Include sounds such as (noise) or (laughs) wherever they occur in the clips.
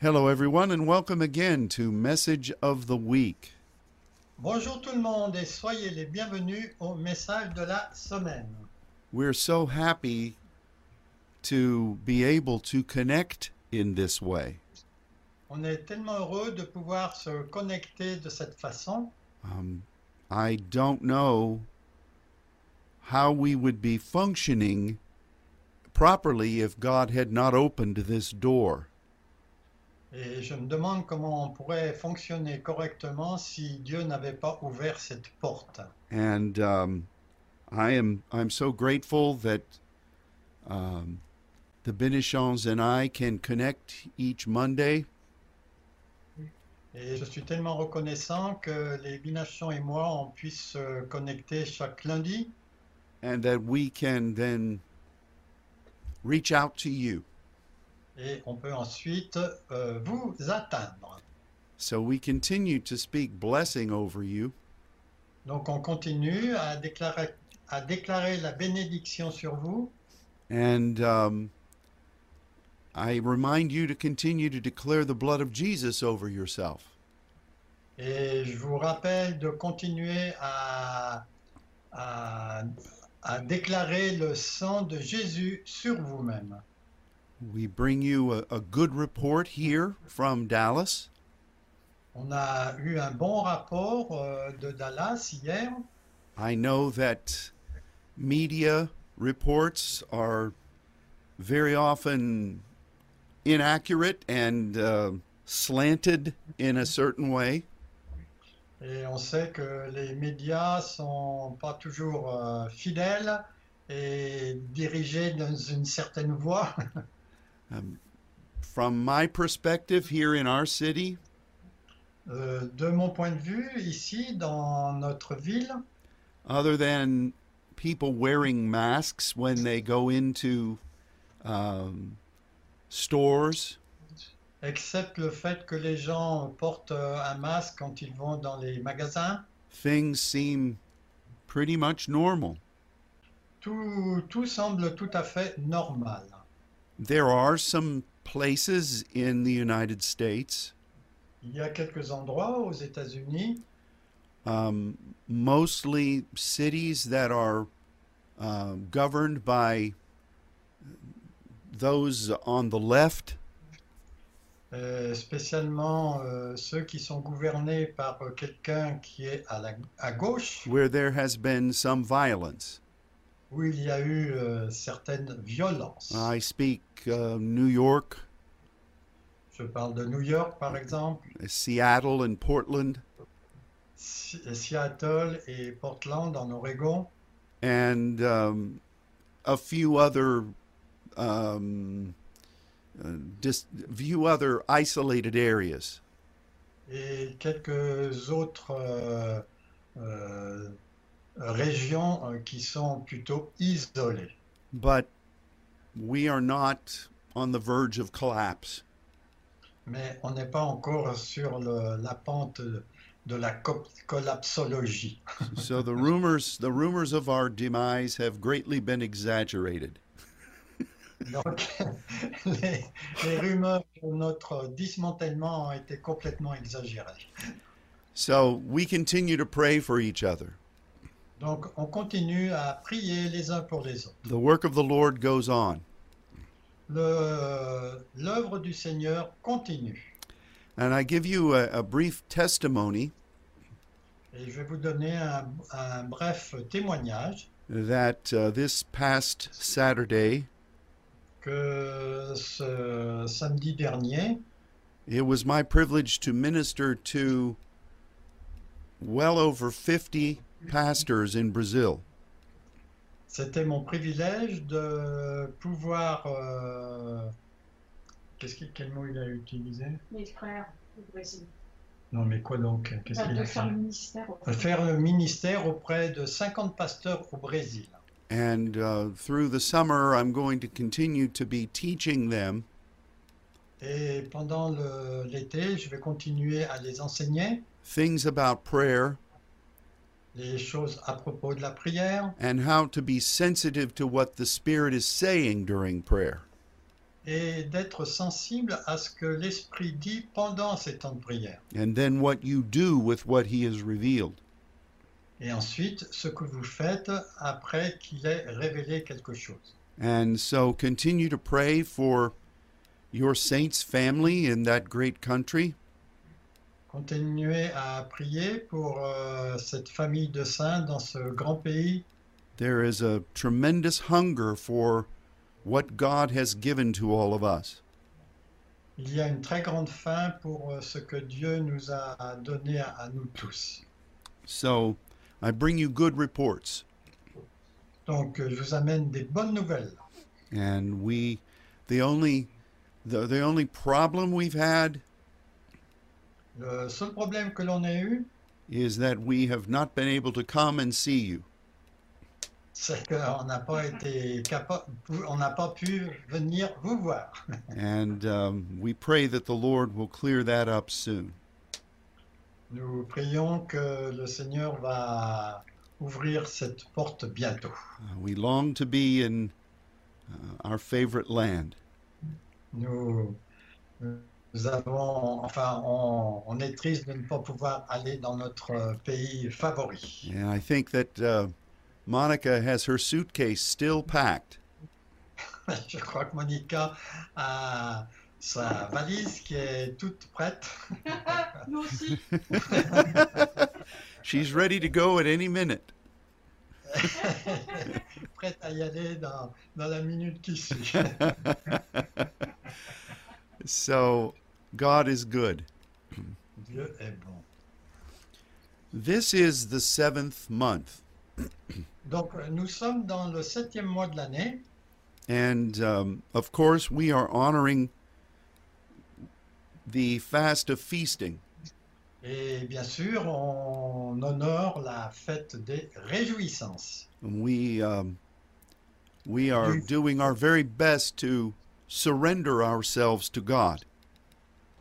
Hello, everyone, and welcome again to Message of the Week. Bonjour tout le monde et soyez les bienvenus au message de la semaine. We're so happy to be able to connect in this way. On est tellement heureux de pouvoir se connecter de cette façon. Um, I don't know how we would be functioning properly if God had not opened this door. Et je me demande comment on pourrait fonctionner correctement si Dieu n'avait pas ouvert cette porte. and um, I am I'm so grateful that um, the Benichons and I can connect each Monday, Et je suis tellement reconnaissant que les Binachons et moi, on puisse se connecter chaque lundi and that we can then reach out to you, et on peut ensuite euh, vous atteindre. so we continue to speak blessing over you, Donc on continue à déclarer, à déclarer la bénédiction sur vous and um, I remind you to continue to declare the blood of Jesus over yourself. Et je vous rappelle de continuer à, à- à déclarer le sang de Jésus sur vous-même. We bring you a, a good report here from Dallas. On a eu un bon rapport euh, de Dallas hier. I know that media reports are very often inaccurate and uh, slanted in a certain way, Et on sait que les médias sont pas toujours euh, fidèles et dirigés dans une certaine voie. (laughs) um, from my perspective here in our city, Euh, de mon point de vue, ici, dans notre ville, other than people wearing masks when they go into um, stores, excepte le fait que les gens portent euh, un masque quand ils vont dans les magasins, things seem pretty much normal. Tout, tout semble tout à fait normal. There are some places in the United States Il y a quelques endroits aux États-Unis, um, mostly cities that are uh, governed by those on the left, euh, spécialement euh, ceux qui sont gouvernés par euh, quelqu'un qui est à, la- à gauche, where there has been some violence. où il y a eu euh, certaines violences. I speak uh, New York, Je parle de New York, par exemple, uh, Seattle, and Portland, Si- Seattle et Portland en Oregon, and um, a few other um, uh, dis- few other isolated areas. et quelques autres euh, euh, régions euh, qui sont plutôt isolées. But we are not on the verge of collapse. Mais on n'est pas encore sur le- la pente de la co- collapsologie. (laughs) So the rumors, the rumors of our demise have greatly been exaggerated. Donc, (laughs) les, les rumeurs de notre dismantèlement ont été complètement exagérées. So we continue to pray for each other. Donc, on continue à prier les uns pour les autres. The work of the Lord goes on. Le- L'œuvre du Seigneur continue. And I give you a, a brief testimony Et je vais vous donner un, un bref témoignage that uh, this past Saturday, que ce samedi dernier, it was my privilege to minister to well over 50 pastors in Brazil. C'était mon privilège de pouvoir. euh, Qu'est-ce que- quel mot il a utilisé mes frères au Brésil, Non, mais quoi donc Qu'est-ce Enfin, qu'il de a fait faire le ministère au (laughs) Brésil. Faire le ministère auprès de 50 pasteurs au Brésil. And uh, through the summer, I'm going to continue to be teaching them Et pendant le- l'été, je vais continuer à les enseigner things about prayer, les choses à propos de la prière and how to be sensitive to what the Spirit is saying during prayer. et d'être sensible à ce que l'Esprit dit pendant ces temps de prière. and then what you do with what He has revealed. Et ensuite, ce que vous faites après qu'il ait révélé quelque chose. And so continue to pray for your saints' family in that great country. Continuez à prier pour euh, cette famille de saints dans ce grand pays. There is a tremendous hunger for what God has given to all of us. Il y a une très grande faim pour euh, ce que Dieu nous a donné à, à nous tous. So I bring you good reports, Donc, euh, je vous amène des bonnes nouvelles. and we, the only, the, the only problem we've had Le seul problème que l'on a eu, is that we have not been able to come and see you. c'est qu'on n'a pas été capable, on n'a pas pu venir vous voir. And um, we pray that the Lord will clear that up soon. Nous prions que le Seigneur va ouvrir cette porte bientôt. Uh, we long to be in uh, our favorite land. Nous, nous avons, enfin, on, on est triste de ne pas pouvoir aller dans notre pays favori. (laughs) And I think that uh, Monica has her suitcase still packed. Je crois que Monica a sa valise qui est toute prête. Ah, Nous aussi. (laughs) She's ready to go at any minute. (laughs) prête à y aller dans, dans la minute qui suit. So God is good. Dieu est bon. This is the seventh month. Donc, nous sommes dans le septième mois de l'année. And um, of course, we are honoring the fast of feasting. Et bien sûr, on honore la fête des réjouissances. And we, um, we are doing our very best to surrender ourselves to God.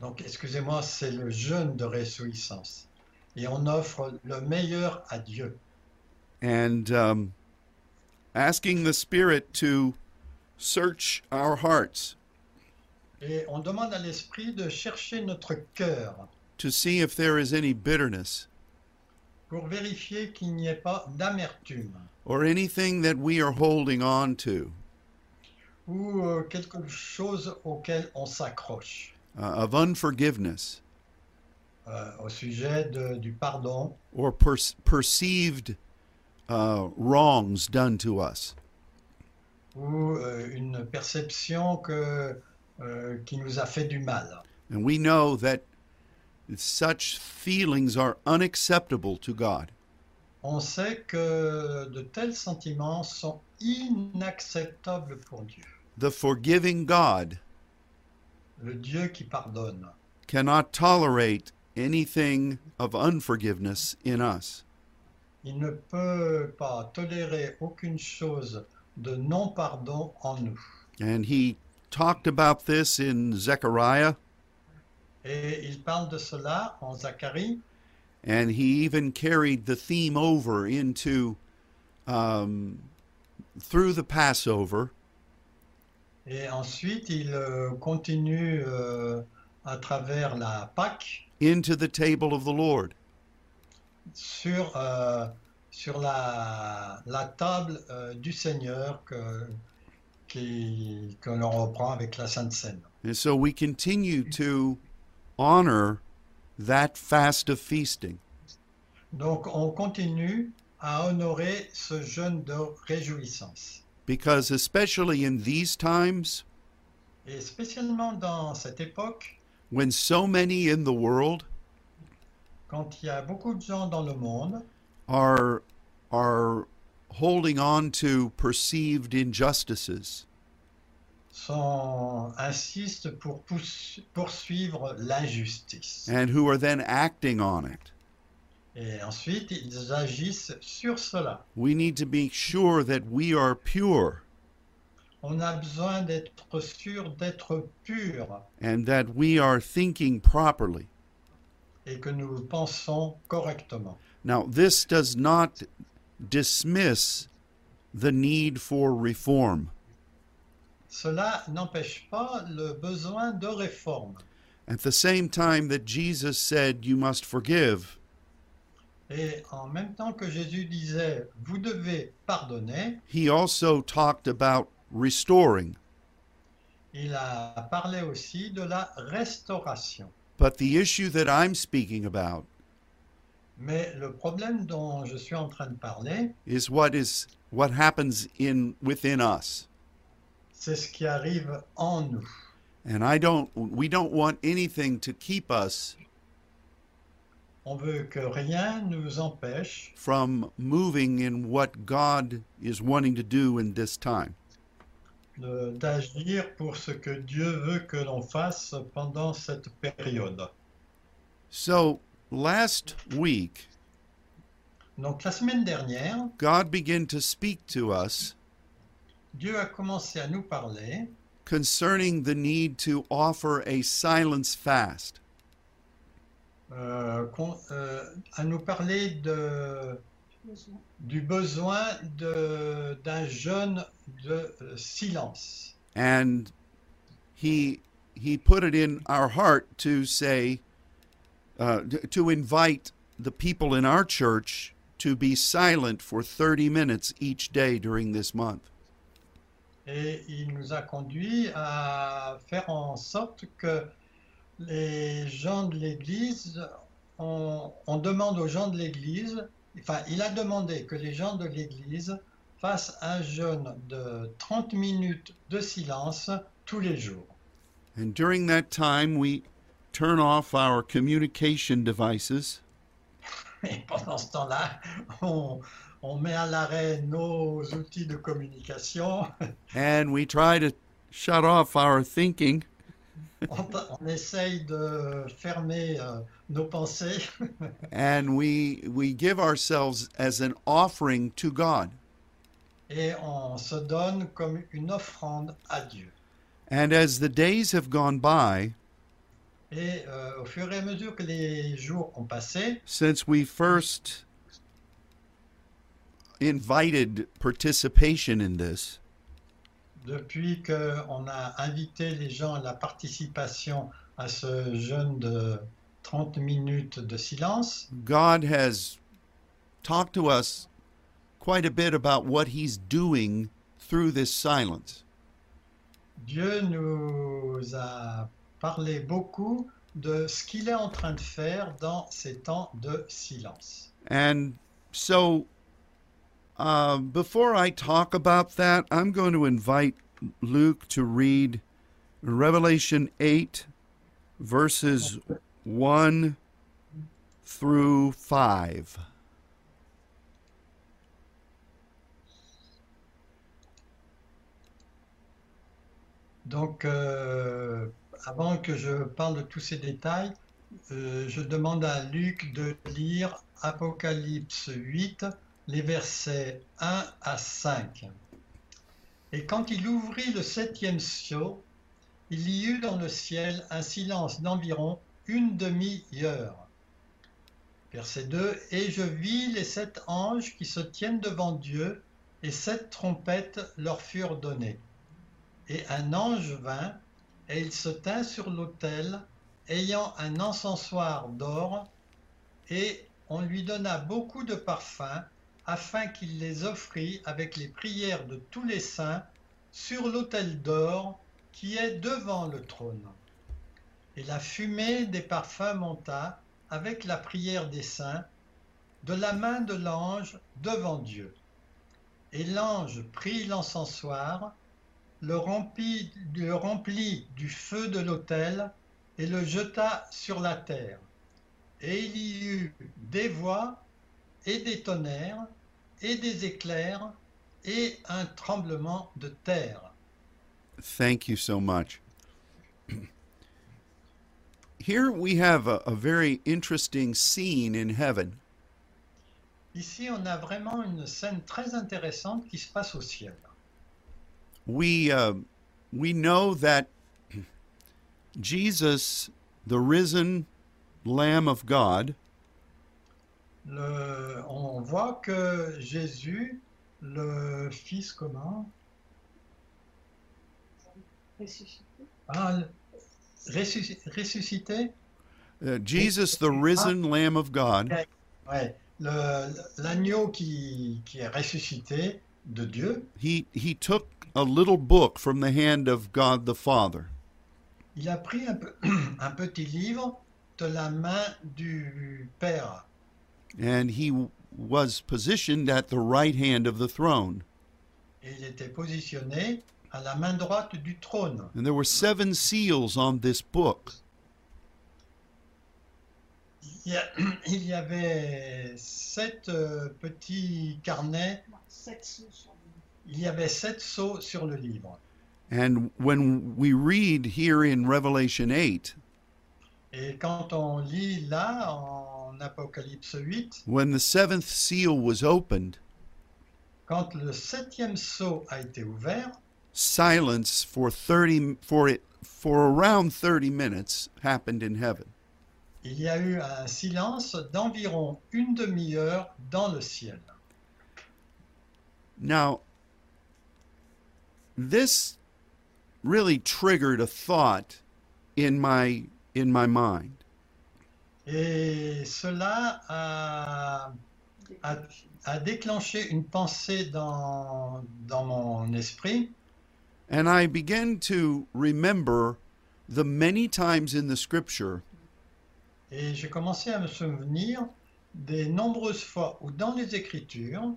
Donc, excusez-moi, c'est le jeûne de réjouissance. Et on offre le meilleur à Dieu and um, asking the Spirit to search our hearts et on demande à l'Esprit de chercher notre cœur to see if there is any bitterness pour vérifier qu'il n'y ait pas d'amertume or anything that we are holding on to, ou euh, quelque chose auquel on s'accroche uh, of unforgiveness euh, au sujet de- du pardon or per- perceived uh, wrongs done to us. ou euh, une perception que, euh, qui nous a fait du mal. And we know that such feelings are unacceptable to God. On sait que de tels sentiments sont inacceptables pour Dieu. The forgiving God Le Dieu qui pardonne cannot tolerate anything of unforgiveness in us. Il ne peut pas tolérer aucune chose de non-pardon en nous. And he talked about this in Zechariah, Et il parle de cela en Zacharie, and he even carried the theme over into um, through the Passover et ensuite il euh, continue euh, à travers la Pâque into the table of the Lord. sur, euh, sur la, la table euh, du Seigneur que, qui- que l'on reprend avec la Sainte Seine. And so we continue to honor that fast of feasting. Donc on continue à honorer ce jeûne de réjouissance. Because especially in these times Et spécialement dans cette époque, when so many in the world quand il y a beaucoup de gens dans le monde are are holding on to perceived injustices, sont insistent pour pouss- poursuivre l'injustice. and who are then acting on it. Et ensuite, ils agissent sur cela. We need to be sure that we are pure On a besoin d'être sûr d'être pur and that we are thinking properly. et que nous pensons correctement. Now, this does not dismiss the need for reform. Cela n'empêche pas le besoin de réforme. At the same time that Jesus said, You must forgive, Et en même temps que Jésus disait, vous devez pardonner, he also talked about restoring. il a parlé aussi de la restauration. But the issue that I'm speaking about Mais le problème dont je suis en train de parler, is what is what happens in within us. c'est ce qui arrive en nous. And I don't we don't want anything to keep us On veut que rien nous empêche from moving in what God is wanting to do in this time. de- d'agir pour ce que Dieu veut que l'on fasse pendant cette période. So last week Donc la semaine dernière, God began to speak to us Dieu a commencé à nous parler concerning the need to offer a silence fast. euh, qu'on- euh, à nous parler de, du besoin de- d'un jeûne de euh, silence. And he he put it in our heart to say uh, t- to invite the people in our church to be silent for 30 minutes each day during this month. Et il nous a conduit à faire en sorte que les gens de l'Église, on, on demande aux gens de l'Église, enfin il a demandé que les gens de l'Église fassent un jeûne de 30 minutes de silence tous les jours. And during that time, we turn off our communication devices Et pendant ce temps-là, on, on met à l'arrêt nos outils de communication, (laughs) and we try to shut off our thinking on, on essaye de fermer euh, nos pensées (laughs) and we we give ourselves as an offering to God. et on se donne comme une offrande à Dieu. And as the days have gone by Et euh, au fur et à mesure que les jours ont passé, since we first invited participation in this, depuis qu'on a invité les gens à la participation à ce jeûne de 30 minutes de silence, God has talked to us quite a bit about what he's doing through this silence. Dieu nous a parlé beaucoup de ce qu'il est en train de faire dans ces temps de silence. And so, uh, before I talk about that, I'm going to invite Luke to read Revelation 8, verses 1 through 5. Donc, euh, avant que je parle de tous ces détails, euh, je demande à Luc de lire Apocalypse 8, les versets 1 à 5. Et quand il ouvrit le septième sceau, il y eut dans le ciel un silence d'environ une demi-heure. Verset 2. Et je vis les sept anges qui se tiennent devant Dieu, et sept trompettes leur furent données. Et un ange vint, et il se tint sur l'autel, ayant un encensoir d'or, et on lui donna beaucoup de parfums, afin qu'il les offrît avec les prières de tous les saints sur l'autel d'or qui est devant le trône. Et la fumée des parfums monta avec la prière des saints de la main de l'ange devant Dieu. Et l'ange prit l'encensoir, le remplit, le remplit du feu de l'autel et le jeta sur la terre. Et il y eut des voix et des tonnerres et des éclairs et un tremblement de terre. Thank you so much. (clears throat) Here we have a, a very interesting scene in heaven. Ici, on a vraiment une scène très intéressante qui se passe au ciel. we uh, we know that Jesus, the risen Lamb of God, Le- on voit que Jésus, le Fils commun, ressuscité. Ah, ressusci- ressuscité, Uh, Jesus, the risen Lamb of God, ouais, le- l'agneau qui, qui est ressuscité de Dieu, he, he took a little book from the hand of God the Father. il a pris un, pe- (clears throat) un petit livre de la main du Père and he w- was positioned at the right hand of the throne. et il était positionné à la main droite du trône. And there were seven seals on this book. Il y, a- (clears throat) il y avait sept euh, petits carnets, Non, 700 sur le- il y avait sept sceaux sur le livre. And when we read here in Revelation 8, Et quand on lit là, en Apocalypse 8, when the seventh seal was opened, quand le septième sceau a été ouvert, silence for 30 for it for around 30 minutes happened in heaven. il y a eu un silence d'environ une demi-heure dans le ciel. Now, this really triggered a thought in my in my mind. Et cela a, a- a déclenché une pensée dans, dans mon esprit. And I began to remember the many times in the scripture Et j'ai commencé à me souvenir des nombreuses fois où dans les Écritures,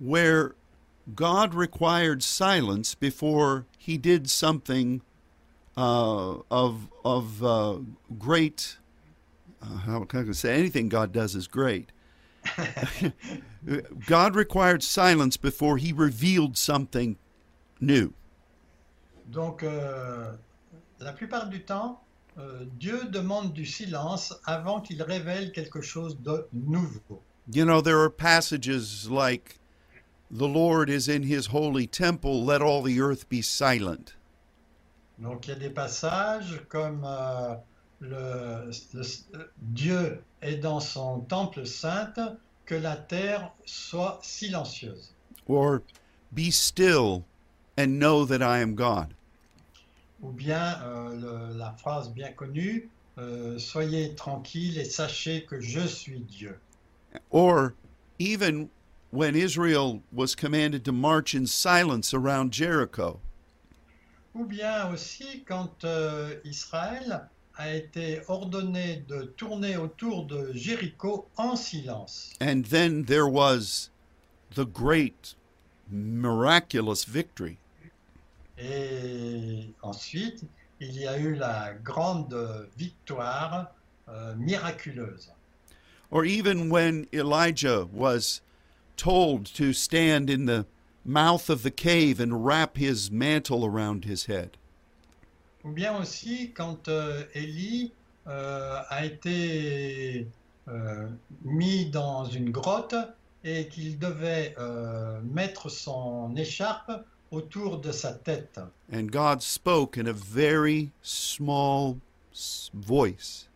where God required silence before he did something uh, of, of uh, great. Uh, how can I gonna say anything God does is great? God required silence before he revealed something new. Donc, euh, la plupart du temps, euh, Dieu demande du silence avant qu'il révèle quelque chose de nouveau. You know, there are passages like, The Lord is in his holy temple, let all the earth be silent. Donc, il y a des passages comme euh, le, le- euh, Dieu est dans son temple sainte, que la terre soit silencieuse. or be still and know that I am God. Ou bien euh, le- la phrase bien connue, euh, soyez tranquille et sachez que je suis Dieu. Or even when Israel was commanded to march in silence around Jericho, Ou bien aussi quand euh, Israël a été ordonné de tourner autour de Jéricho en silence. and then there was the great miraculous victory. Et ensuite, il y a eu la grande victoire euh, miraculeuse. Or even when Elijah was told to stand in the mouth of the cave and wrap his mantle around his head. Ou bien aussi quand euh, Élie euh, a été euh, mis dans une grotte et qu'il devait euh, mettre son écharpe autour de sa tête. And God spoke in a very small s- voice.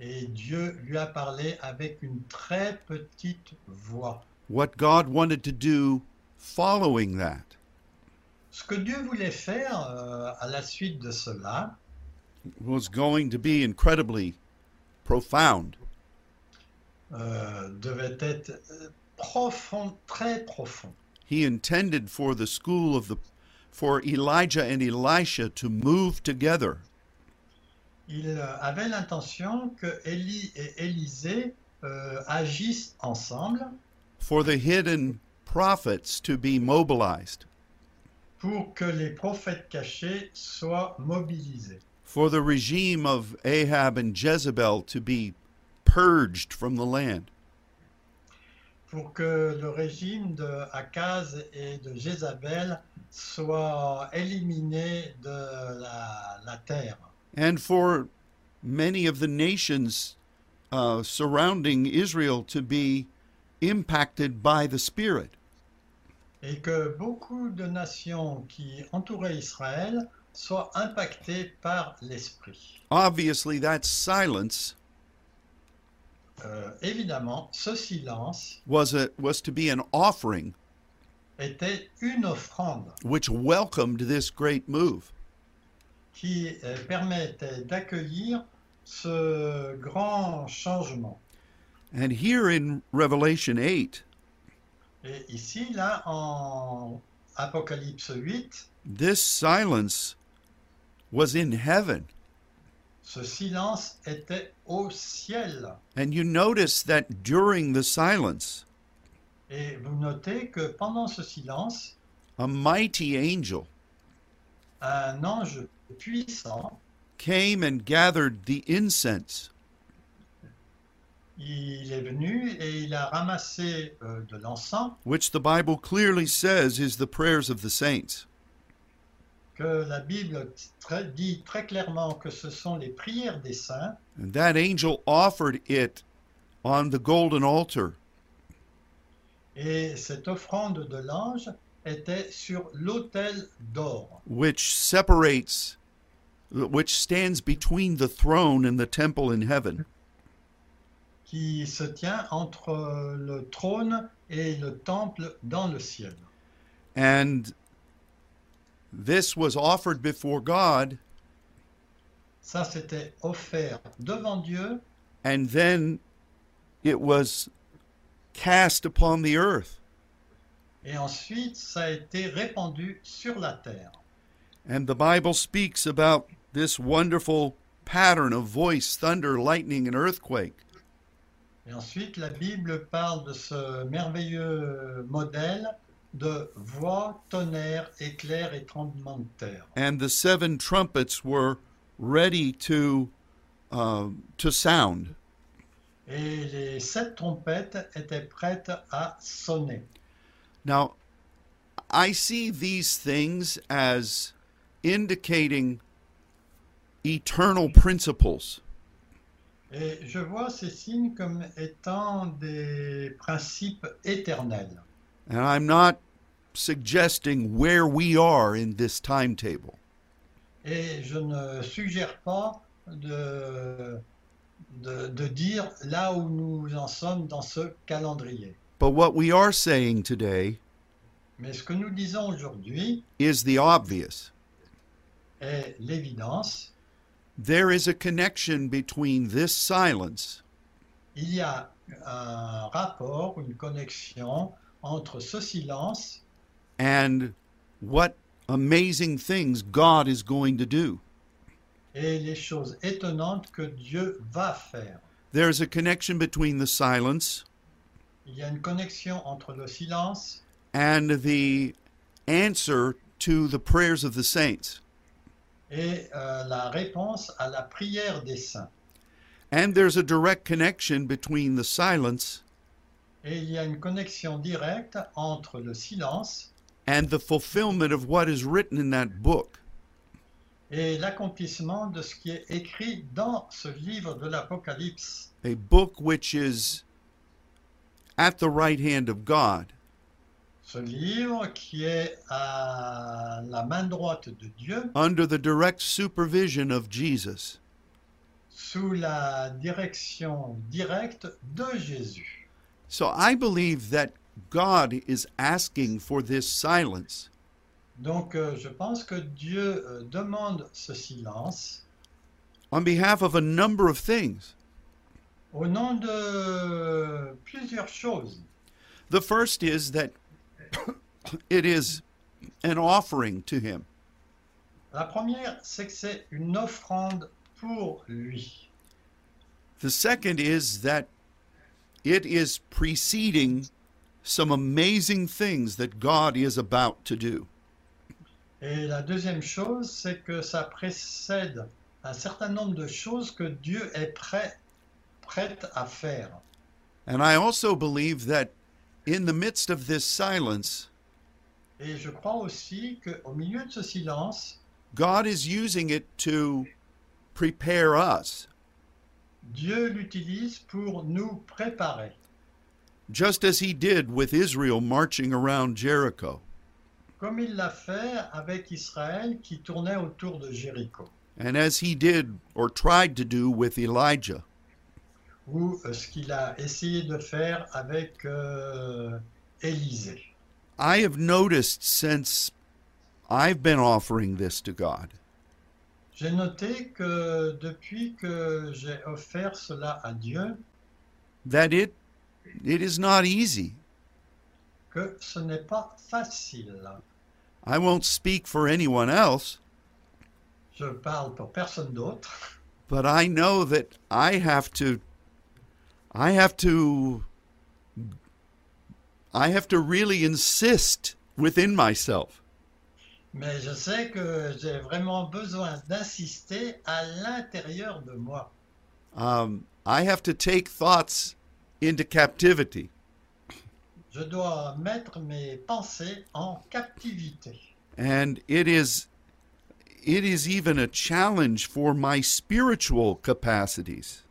Et Dieu lui a parlé avec une très petite voix. what God wanted to do following that Ce que Dieu voulait faire euh, à la suite de cela, was going to be incredibly profound. euh, devait être euh, profond, très profond. He intended for the school of the for Elijah and Elisha to move together Il euh, avait l'intention que Élie et Élisée euh, agissent ensemble for the hidden prophets to be mobilized pour que les prophètes cachés soient mobilisés, for the regime of Ahab and Jezebel to be purged from the land pour que le régime de Akaz et de Jézabel soit éliminé de la- la terre. and for many of the nations uh, surrounding Israel to be impacted by the spirit et que beaucoup de nations qui entouraient Israël soient impactées par l'Esprit. Obviously, that silence Euh, évidemment, ce silence was a was to be an offering était une offrande which welcomed this great move. qui euh, permettait d'accueillir ce grand changement. And here in Revelation 8, Et ici, là, en Apocalypse 8, this silence was in heaven. ce silence était au ciel. And you notice that during the silence, Et vous notez que pendant ce silence, a mighty angel un ange puissant, came and gathered the incense il est venu et il a ramassé euh, de l'encens which the Bible clearly says is the prayers of the saints. que la Bible très- dit très clairement que ce sont les prières des saints, And that angel offered it on the golden altar. et cette offrande de l'ange était sur l'autel d'or, which separates, which stands between the throne and the temple in heaven. qui se tient entre euh, le trône et le temple dans le ciel. And this was offered before God, Ça, c'était offert devant Dieu, and then it was cast upon the earth. et ensuite, ça a été répandu sur la terre. And the Bible speaks about this wonderful pattern of voice, thunder, lightning, and earthquake. Et ensuite, la Bible parle de ce merveilleux modèle de voix, tonnerre, éclair et tremblement de terre. And the seven trumpets were ready to, um, to sound. Et les sept trompettes étaient prêtes à sonner. Now, I see these things as indicating eternal principles. Et je vois ces signes comme étant des principes éternels. And I'm not suggesting where we are in this timetable. Et je ne suggère pas de, de, de dire là où nous en sommes dans ce calendrier. But what we are saying today Mais ce que nous disons aujourd'hui is the obvious. est l'évidence. There is a connection between this silence Il y a un rapport, une connexion entre ce silence and what amazing things God is going to do. et les choses étonnantes que Dieu va faire. There's a connection between the silence Il y a une connexion entre le silence and the answer to the prayers of the saints. et euh, la réponse à la prière des saints. And there's a direct connection between the silence Et il y a une connexion directe entre le silence and the fulfillment of what is written in that book. et l'accomplissement de ce qui est écrit dans ce livre de l'Apocalypse, A book which is at the right hand of God, ce livre qui est à la main droite de Dieu, under the direct supervision of Jesus. sous la direction directe de Jésus. So I believe that God is asking for this silence Donc euh, je pense que Dieu euh, demande ce silence on behalf of a number of things. au nom de plusieurs choses. The first is that (coughs) it is an offering to Him. La première, c'est que c'est une offrande pour lui. The second is that it is preceding some amazing things that God is about to do. Et la deuxième chose, c'est que ça précède un certain nombre de choses que Dieu est prêt, prête à faire. And I also believe that in the midst of this silence, Et je crois aussi qu'au milieu de ce silence, God is using it to prepare us. Dieu l'utilise pour nous préparer, Just as he did with Israel marching around Jericho. comme il l'a fait avec Israël qui tournait autour de Jéricho, And as he did or tried to do with Elijah. ou euh, ce qu'il a essayé de faire avec euh, Élisée. I have noticed since I've been offering this to God J'ai noté que depuis que j'ai offert cela à Dieu, that it it is not easy. que ce n'est pas facile. I won't speak for anyone else, Je parle pour personne d'autre, (laughs) but I know that I have to I have to I have to really insist within myself mais je sais que j'ai vraiment besoin d'insister à l'intérieur de moi. um, I have to take thoughts into captivity Je dois mettre mes pensées en captivité. and it is it is even a challenge for my spiritual capacities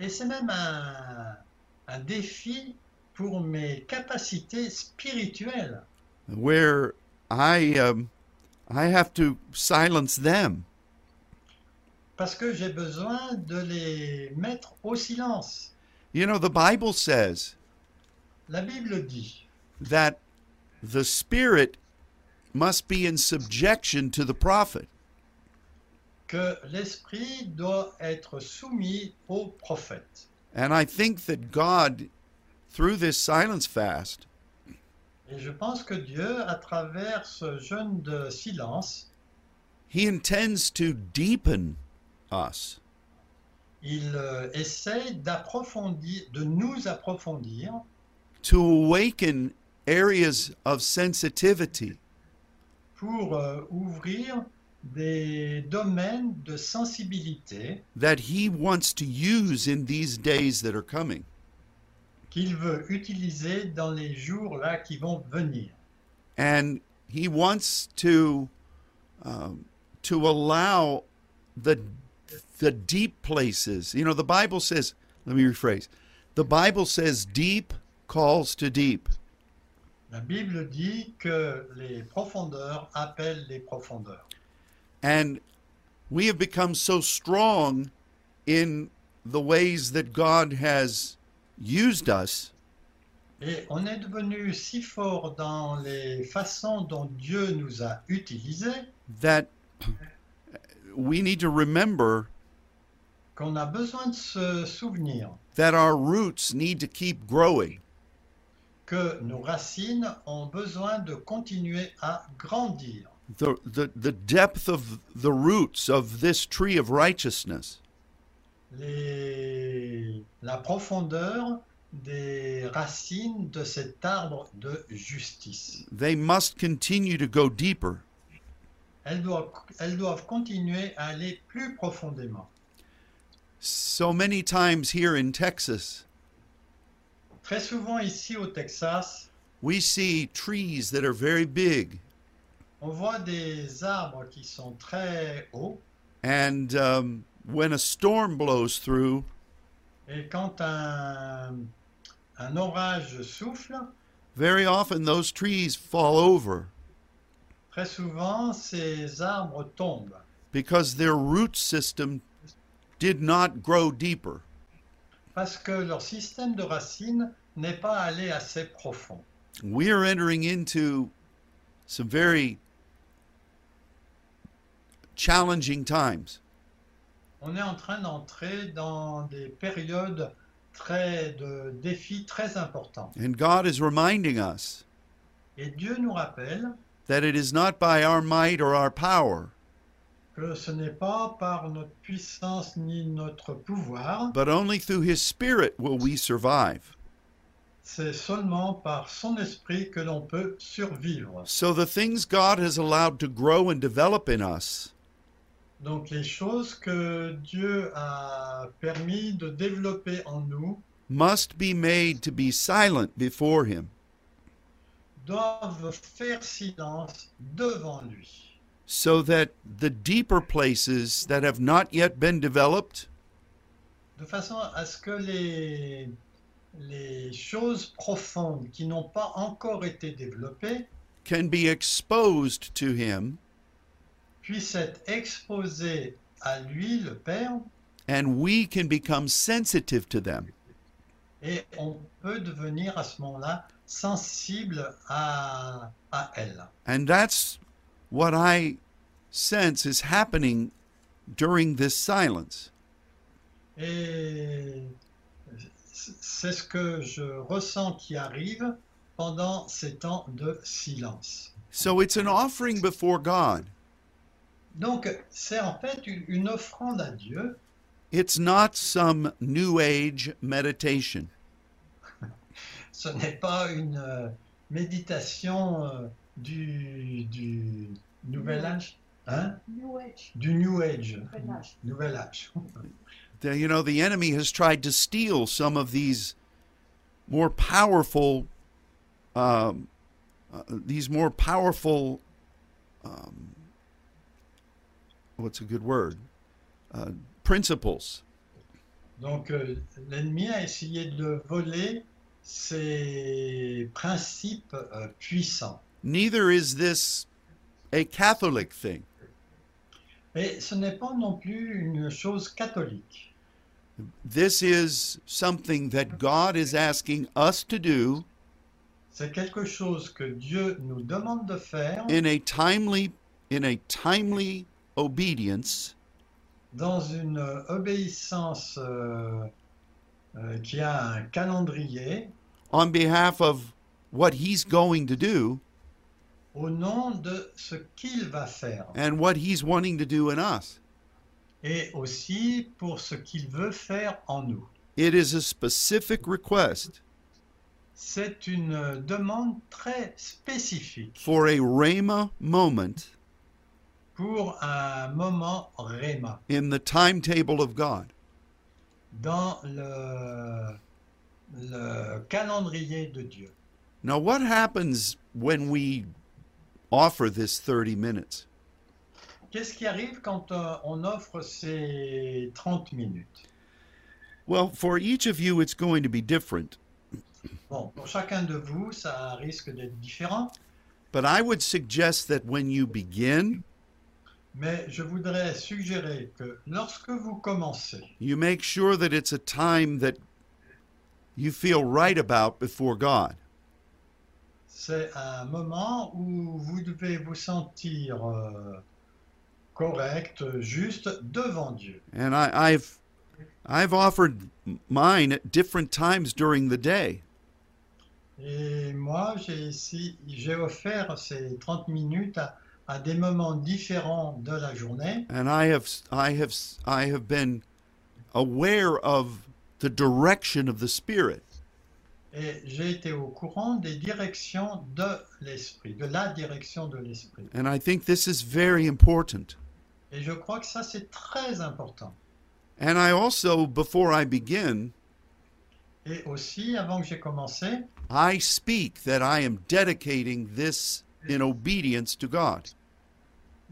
Et c'est même un, un défi pour mes capacités spirituelles, where I um, I have to silence them parce que j'ai besoin de les mettre au silence. you know the Bible says La Bible dit, that the spirit must be in subjection to the prophet. que l'esprit doit être soumis au prophète. And I think that God, through this silence fast, Et je pense que Dieu, à travers ce jeûne de silence, he intends to deepen us. il euh, essaie d'approfondir, de nous approfondir, To awaken areas of sensitivity pour euh, ouvrir des domaines de sensibilité that he wants to use in these days that are coming. qu'il veut utiliser dans les jours là qui vont venir. And he wants to um, to allow the the deep places. You know, the Bible says. Let me rephrase. The Bible says, "Deep calls to deep." La Bible dit que les profondeurs appellent les profondeurs. And we have become so strong in the ways that God has used us Et on est devenu si fort dans les façons dont Dieu nous a utilisés that we need to remember qu'on a besoin de se souvenir that our roots need to keep growing. que nos racines ont besoin de continuer à grandir. The, the, the depth of the roots of this tree of righteousness Les- La profondeur des racines de cet arbre de justice. they must continue to go deeper. Elles doivent, elles doivent continuer à aller plus profondément. So many times here in Texas, Très souvent ici au Texas, we see trees that are very big, on voit des arbres qui sont très hauts and um, when a storm blows through, et quand un, un orage souffle, very often those trees fall over très souvent ces arbres tombent because their root system did not grow deeper. parce que leur système de racines n'est pas allé assez profond. We are entering into some very challenging times. On est en train d'entrer dans des périodes très de défis très importants. And God is reminding us Et Dieu nous rappelle that it is not by our might or our power, que ce n'est pas par notre puissance ni notre pouvoir, but only through His Spirit will we survive. c'est seulement par son esprit que l'on peut survivre. So the things God has allowed to grow and develop in us Donc les choses que Dieu a permis de développer en nous must be made to be silent before Him doivent faire silence devant lui, so that the deeper places that have not yet been developed de façon à ce que les, les choses profondes qui n'ont pas encore été développées can be exposed to Him puissent être exposées à lui, le Père, and we can become sensitive to them. et on peut devenir à ce moment-là sensible à, à elle. And that's what I sense is happening during this silence. Et c'est ce que je ressens qui arrive pendant ces temps de silence. So it's an offering before God. Donc, c'est en fait une une offrande à Dieu. It's not some new age meditation. Ce n'est pas une euh, méditation euh, du, du Nouvel Âge, hein? New Age. du New Age. Nouvel Âge. Nouvel Âge. (laughs) The, you know, the enemy has tried to steal some of these more powerful, um, uh, these more powerful, um, what's a good word? Uh, principles. Donc, euh, l'ennemi a essayé de voler ces principes euh, puissants. Neither is this a Catholic thing. Et ce n'est pas non plus une chose catholique. This is something that God is asking us to do C'est quelque chose que Dieu nous demande de faire in a timely, in a timely obedience dans une euh, obéissance euh, euh, qui a un calendrier on behalf of what He's going to do au nom de ce qu'il va faire and what He's wanting to do in us. et aussi pour ce qu'il veut faire en nous. It is a specific request C'est une euh, demande très spécifique for a Rhema moment pour un moment réma in the timetable of God. dans le, le calendrier de Dieu. Now, what happens when we offer this 30 minutes? Qu'est-ce qui arrive quand euh, on offre ces 30 minutes Well, for each of you, it's going to be different, Bon, pour chacun de vous, ça risque d'être différent, but I would suggest that when you begin, mais je voudrais suggérer que lorsque vous commencez, you make sure that it's a time that you feel right about before God. c'est un moment où vous devez vous sentir euh, correct, juste devant Dieu. And I, I've I've offered mine at different times during the day. Et moi, j'ai ici- j'ai offert ces 30 minutes à, à des moments différents de la journée and I have I have I have been aware of the direction of the spirit et j'ai été au courant des directions de l'esprit, de la direction de l'esprit. and I think this is very important Et je crois que ça, c'est très important. and I also before I begin Et aussi, avant que j'ai commencé, I speak that I am dedicating this in obedience to God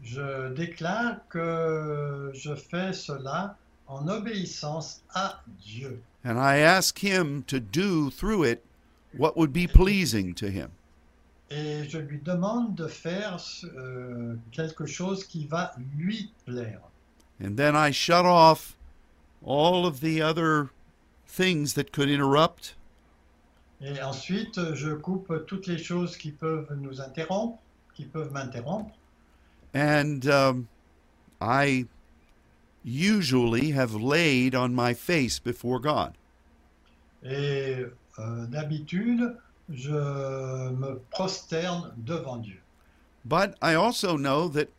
je déclare que je fais cela en obéissance à Dieu. and I ask him to do through it what would be pleasing to him Et je lui demande de faire euh, quelque chose qui va lui plaire. and then I shut off all of the other things that could interrupt Et ensuite, je coupe toutes les choses qui peuvent nous interrompre, qui peuvent m'interrompre. And um, I usually have laid on my face before God. Et euh, d'habitude, je me prosterne devant Dieu. But I also know that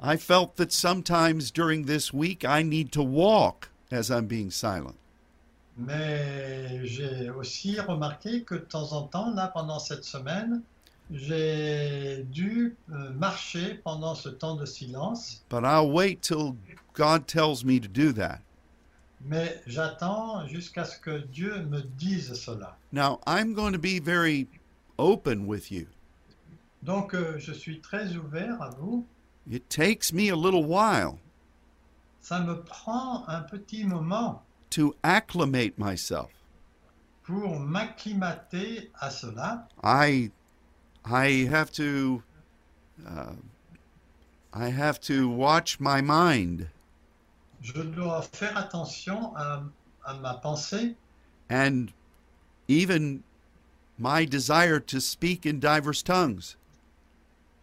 I felt that sometimes during this week I need to walk as I'm being silent. Mais j'ai aussi remarqué que de temps en temps, là, pendant cette semaine, j'ai dû euh, marcher pendant ce temps de silence, But I'll wait till God tells me to do that. mais j'attends jusqu'à ce que Dieu me dise cela. Now, I'm going to be very open with you. Donc, euh, je suis très ouvert à vous. It takes me a little while Ça me prend un petit moment to acclimate myself. pour m'acclimater à cela. I, I have to, uh, I have to watch my mind Je dois faire attention à, à ma pensée and even my desire to speak in diverse tongues.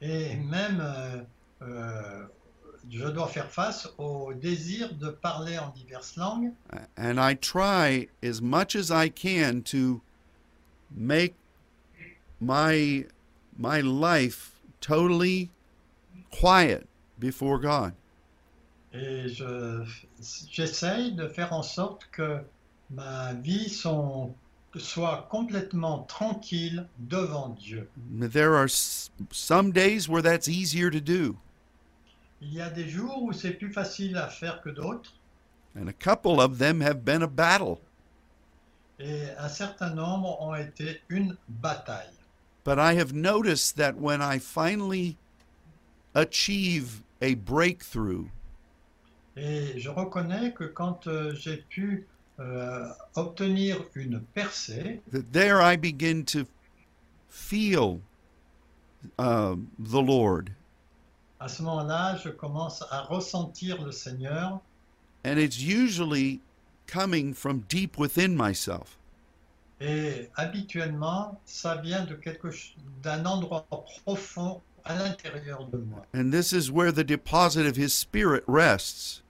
et même euh, euh, je dois faire face au désir de parler en diverses langues And I try as much as I can to make my my life totally quiet before God. et je, j'essaye de faire en sorte que ma vie son- soit complètement tranquille devant Dieu. There are s- some days where that's easier to do, Il y a des jours où c'est plus facile à faire que d'autres and a couple of them have been a battle. et un certain nombre ont été une bataille. But I have noticed that when I finally achieve a breakthrough, Et je reconnais que quand euh, j'ai pu euh, obtenir une percée, that there I begin to feel uh, the Lord. à ce moment-là, je commence à ressentir le Seigneur And it's usually coming from deep within myself. et habituellement, ça vient de quelque ch- d'un endroit profond à l'intérieur de moi. And this is where the deposit of His Spirit rests.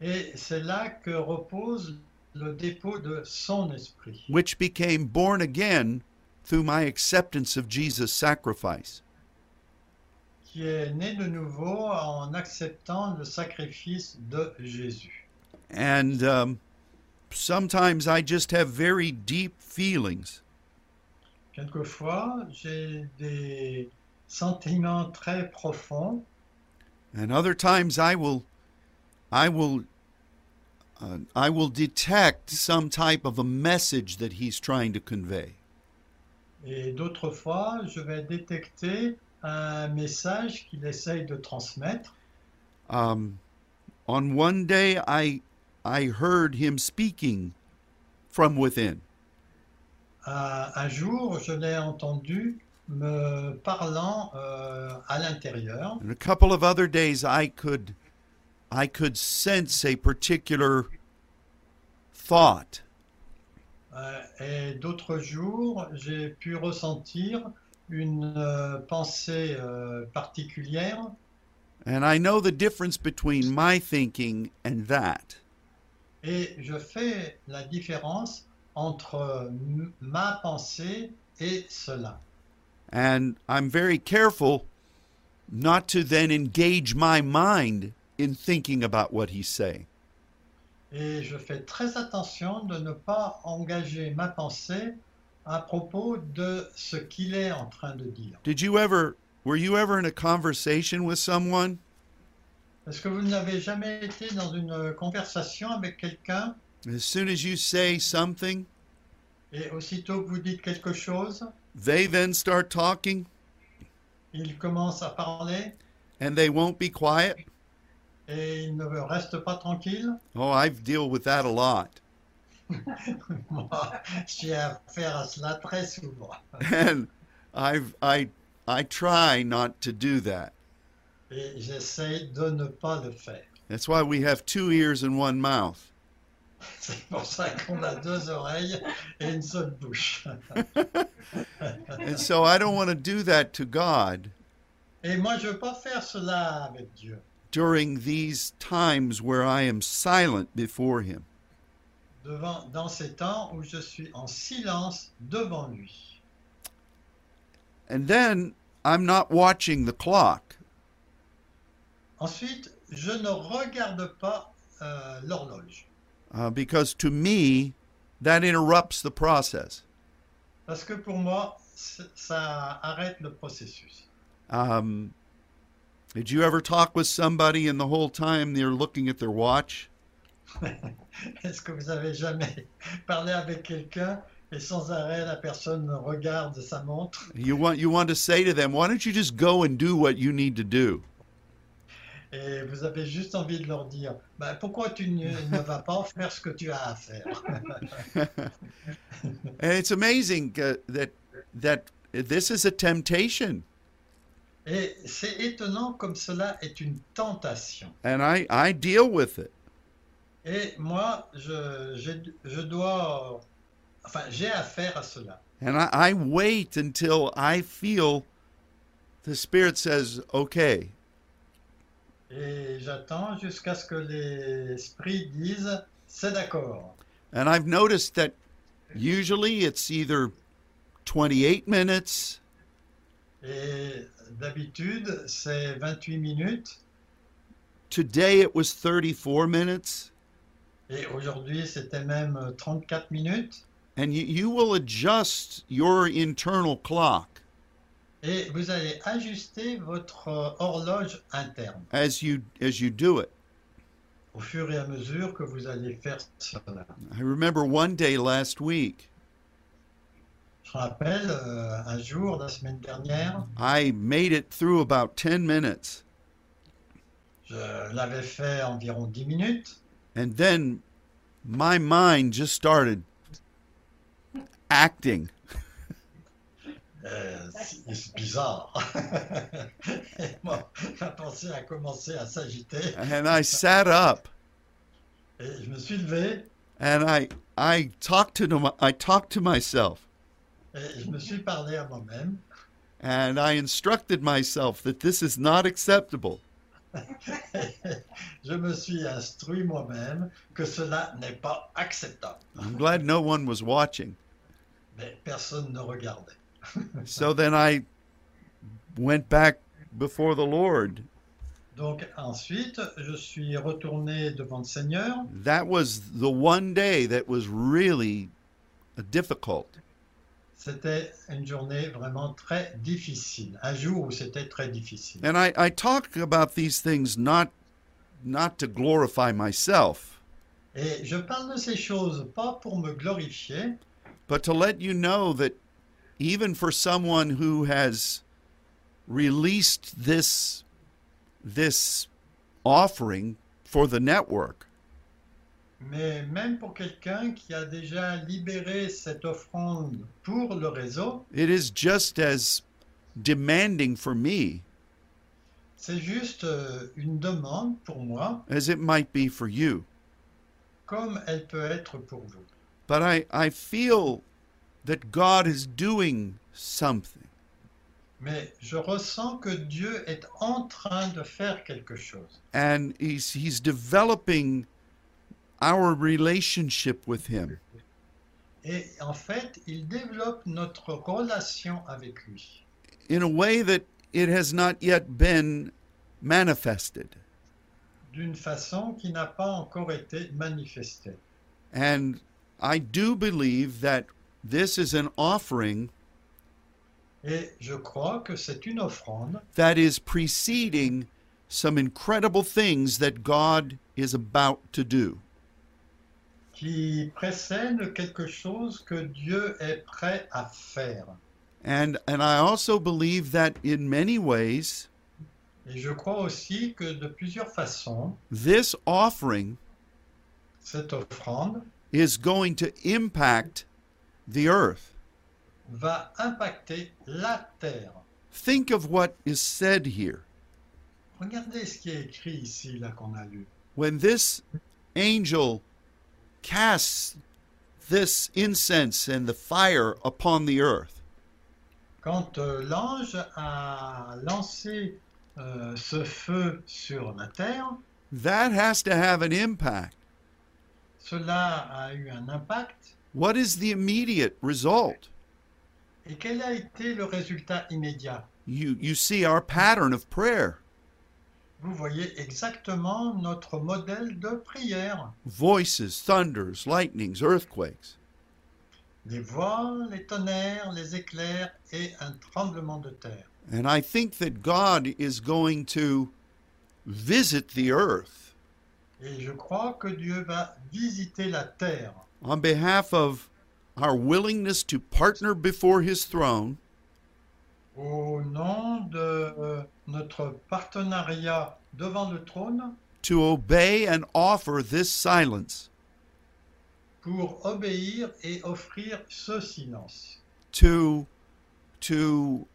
Et c'est là que repose le dépôt de son esprit, which became born again through my acceptance of Jesus' sacrifice. qui est né de nouveau en acceptant le sacrifice de Jésus. And um, sometimes I just have very deep feelings. Quelquefois, j'ai des sentiments très profonds And other times I will, I will, uh, I will detect some type of a message that he's trying to convey. et d'autres fois, je vais détecter un message qu'il essaye de transmettre. Um, on one day I, I heard him speaking from within. Un- un jour, je l'ai entendu me parlant euh, à l'intérieur. And a couple of other days I could I could sense a particular thought. Euh, et d'autres jours, j'ai pu ressentir une euh, pensée euh, particulière And I know the difference between my thinking and that. et je fais la différence entre euh, m- ma pensée et cela. And I'm very careful not to then engage my mind in thinking about what he's saying. Et je fais très attention de ne pas engager ma pensée à propos de ce qu'il est en train de dire. Did you ever were you ever in a conversation with someone Est-ce que vous n'avez jamais été dans une conversation avec quelqu'un as soon as you say something, et aussitôt que vous dites quelque chose, they then start talking il commence à parler and they won't be quiet? et il ne reste pas tranquille. (laughs) Oh, I deal with that a lot. (laughs) Moi, j'ai affaire à cela très souvent. and I've I I try not to do that. Et j'essaie de ne pas le faire. (laughs) That's why we have two ears and one mouth. (laughs) C'est pour ça qu'on a deux oreilles et une seule bouche. (laughs) And so I don't want to do that to God Et moi, je ne veux pas faire cela avec Dieu. during these times where I am silent before him. Devant, dans ces temps où je suis en silence devant lui. And then I'm not watching the clock. Ensuite, je ne regarde pas euh, l'horloge. uh, because to me, that interrupts the process. Parce que pour moi, c- ça arrête le processus. (laughs) Um, did you ever talk with somebody and the whole time they're looking at their watch? Est-ce que vous avez jamais (laughs) parlé avec quelqu'un et sans arrêt la personne regarde sa montre You want you want to say to them, why don't you just go and do what you need to do? et vous avez juste envie de leur dire Bah, pourquoi tu ne, ne vas pas faire ce que tu as à faire (laughs) And it's amazing uh, that that this is a temptation, Et c'est étonnant comme cela est une tentation. and I I deal with it. Et moi, je, j'ai- je dois, enfin, j'ai affaire à cela. And I, I wait until I feel the Spirit says, "Okay, et j'attends jusqu'à ce que l'esprit dise c'est d'accord. And I've noticed that usually it's either 28 minutes Et d'habitude, c'est 28 minutes Today it was 34 minutes, et aujourd'hui, c'était même 34 minutes. and you, you will adjust your internal clock Et vous allez ajuster votre horloge interne as you as you do it. au fur et à mesure que vous allez faire cela. I remember one day last week, Je rappelle, euh, un jour, la semaine dernière, I made it through about 10 minutes, je l'avais fait environ 10 minutes, and then my mind just started acting. Euh, c'est bizarre. (laughs) Et moi, ma pensée a commencé à s'agiter And I sat up et je me suis levé and I I talked to them, I talked to myself et je me suis parlé à moi-même (laughs) and I instructed myself that this is not acceptable. Je me suis instruit moi-même que cela n'est pas acceptable, I'm glad no one was watching. mais personne ne regardait. (laughs) So then I went back before the Lord. Donc ensuite, je suis retourné devant le Seigneur. That was the one day that was really difficult. C'était une journée vraiment très difficile, un jour où c'était très difficile. And I, I talk about these things not not to glorify myself, Et je parle de ces choses pas pour me glorifier, but to let you know that even for someone who has released this this offering for the network, mais même pour quelqu'un qui a déjà libéré cette offrande pour le réseau, it is just as demanding for me c'est juste euh, une demande pour moi, as it might be for you. comme elle peut être pour vous. But I, I feel that God is doing something. Mais je ressens que Dieu est en train de faire quelque chose. And he's, he's developing our relationship with Him. Et en fait, il développe notre relation avec lui in a way that it has not yet been manifested. d'une façon qui n'a pas encore été manifestée. And I do believe that this is an offering Et je crois que c'est une offrande that is preceding some incredible things that God is about to do. qui précède quelque chose que Dieu est prêt à faire. And and I also believe that in many ways Et je crois aussi que de plusieurs façons, this offering cette offrande is going to impact the earth. va impacter la terre. Think of what is said here. Regardez ce qui est écrit ici, là qu'on a lu. when this angel casts this incense and the fire upon the earth, Quand euh, l'ange a lancé euh, ce feu sur la terre, that has to have an impact. cela a eu un impact. What is the immediate result? Et quel a été le résultat immédiat You, you see our pattern of prayer Vous voyez exactement notre modèle de prière. voices, thunders, lightnings, earthquakes. Les voix, les tonnerres, les éclairs et un tremblement de terre. And I think that God is going to visit the earth Et je crois que Dieu va visiter la terre on behalf of our willingness to partner before his throne au nom de euh, notre partenariat devant le trône to obey and offer this silence. pour obéir et offrir ce silence, to to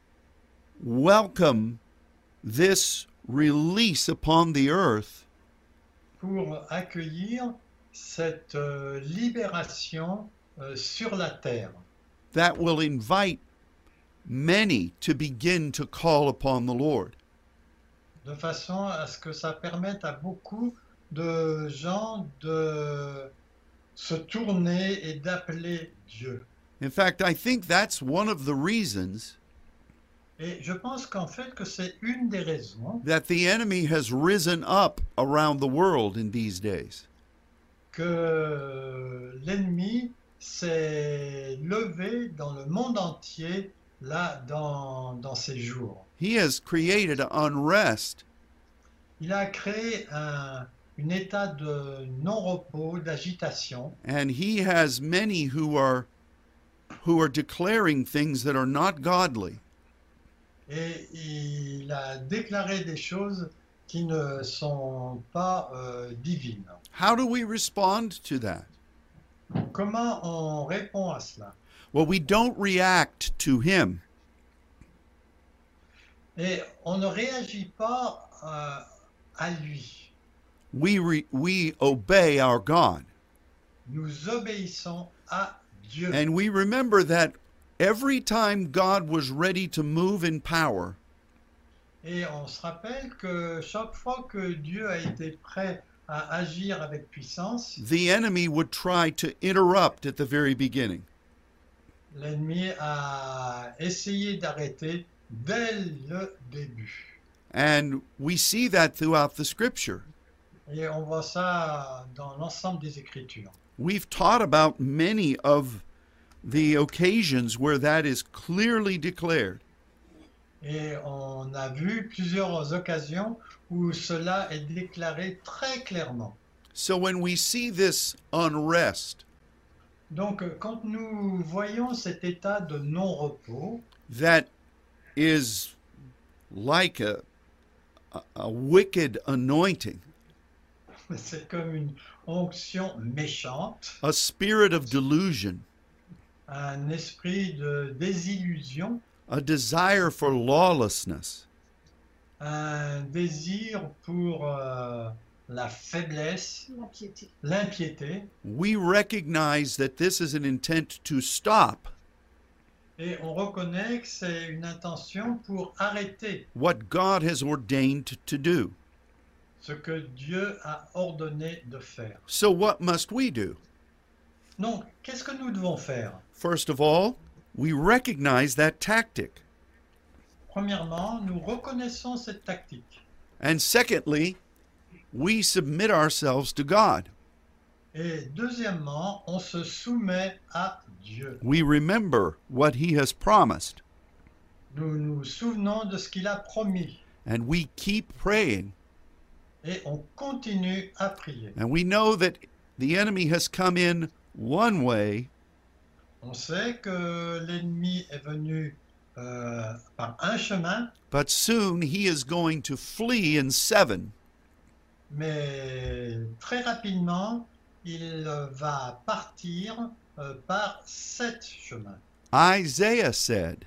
welcome this release upon the earth pour accueillir cette euh, libération euh, sur la terre that will invite many to begin to call upon the Lord. de façon à ce que ça permette à beaucoup de gens de se tourner et d'appeler Dieu. In fact, I think that's one of the reasons Et je pense qu'en fait que c'est une des raisons that the enemy has risen up around the world in these days. que l'ennemi s'est levé dans le monde entier là dans, dans ces jours. He has created unrest Il a créé un, un état de non-repos, d'agitation, and he has many who are who are declaring things that are not godly. et il a déclaré des choses qui ne sont pas euh, divines. How do we respond to that? Comment on répond à cela Well, we don't react to him. Et on ne réagit pas euh, à lui. We re, we obey our God. Nous obéissons à Dieu. And we remember that every time God was ready to move in power, Et on se rappelle que chaque fois que Dieu a été prêt à agir avec puissance, the enemy would try to interrupt at the very beginning. l'ennemi a essayé d'arrêter dès le début. And we see that throughout the scripture. Et on voit ça dans l'ensemble des Écritures. We've taught about many of the occasions where that is clearly declared. Et on a vu plusieurs occasions où cela est déclaré très clairement. So when we see this unrest, Donc quand nous voyons cet état de non-repos, (laughs) that is like a, a- a wicked anointing, c'est comme une onction méchante, a spirit of delusion, un esprit de désillusion, a desire for lawlessness, un désir pour euh, la faiblesse, la piété. l'impiété, we recognize that this is an intent to stop et on reconnaît que c'est une intention pour arrêter what God has ordained to do. ce que Dieu a ordonné de faire. So, what must we do? Donc, qu'est-ce que nous devons faire First of all, we recognize that tactic. Premièrement, nous reconnaissons cette tactique. And secondly, we submit ourselves to God. Et deuxièmement, on se soumet à Dieu. We remember what He has promised Nous nous souvenons de ce qu'il a promis and we keep praying. et on continue à prier. And we know that the enemy has come in one way, On sait que l'ennemi est venu euh, par un chemin, but soon he is going to flee in seven. mais très rapidement, il va partir euh, par sept chemins. Isaiah said,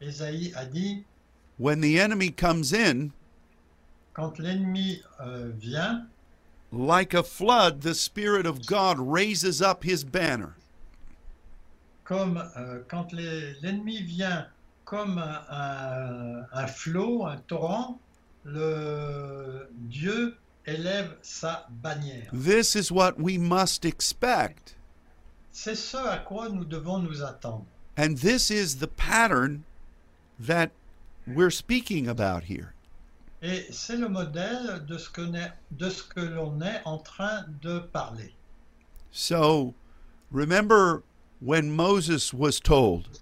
Ésaïe a dit, When the enemy comes in, quand l'ennemi euh, vient, like a flood, the Spirit of God raises up his banner. comme euh, quand les- l'ennemi vient comme un, un- un flot, un torrent, le Dieu élève sa bannière. This is what we must expect. C'est ce à quoi nous devons nous attendre. And this is the pattern that we're speaking about here. Et c'est le modèle de ce que n'est- de ce que l'on est en train de parler. So remember when Moses was told,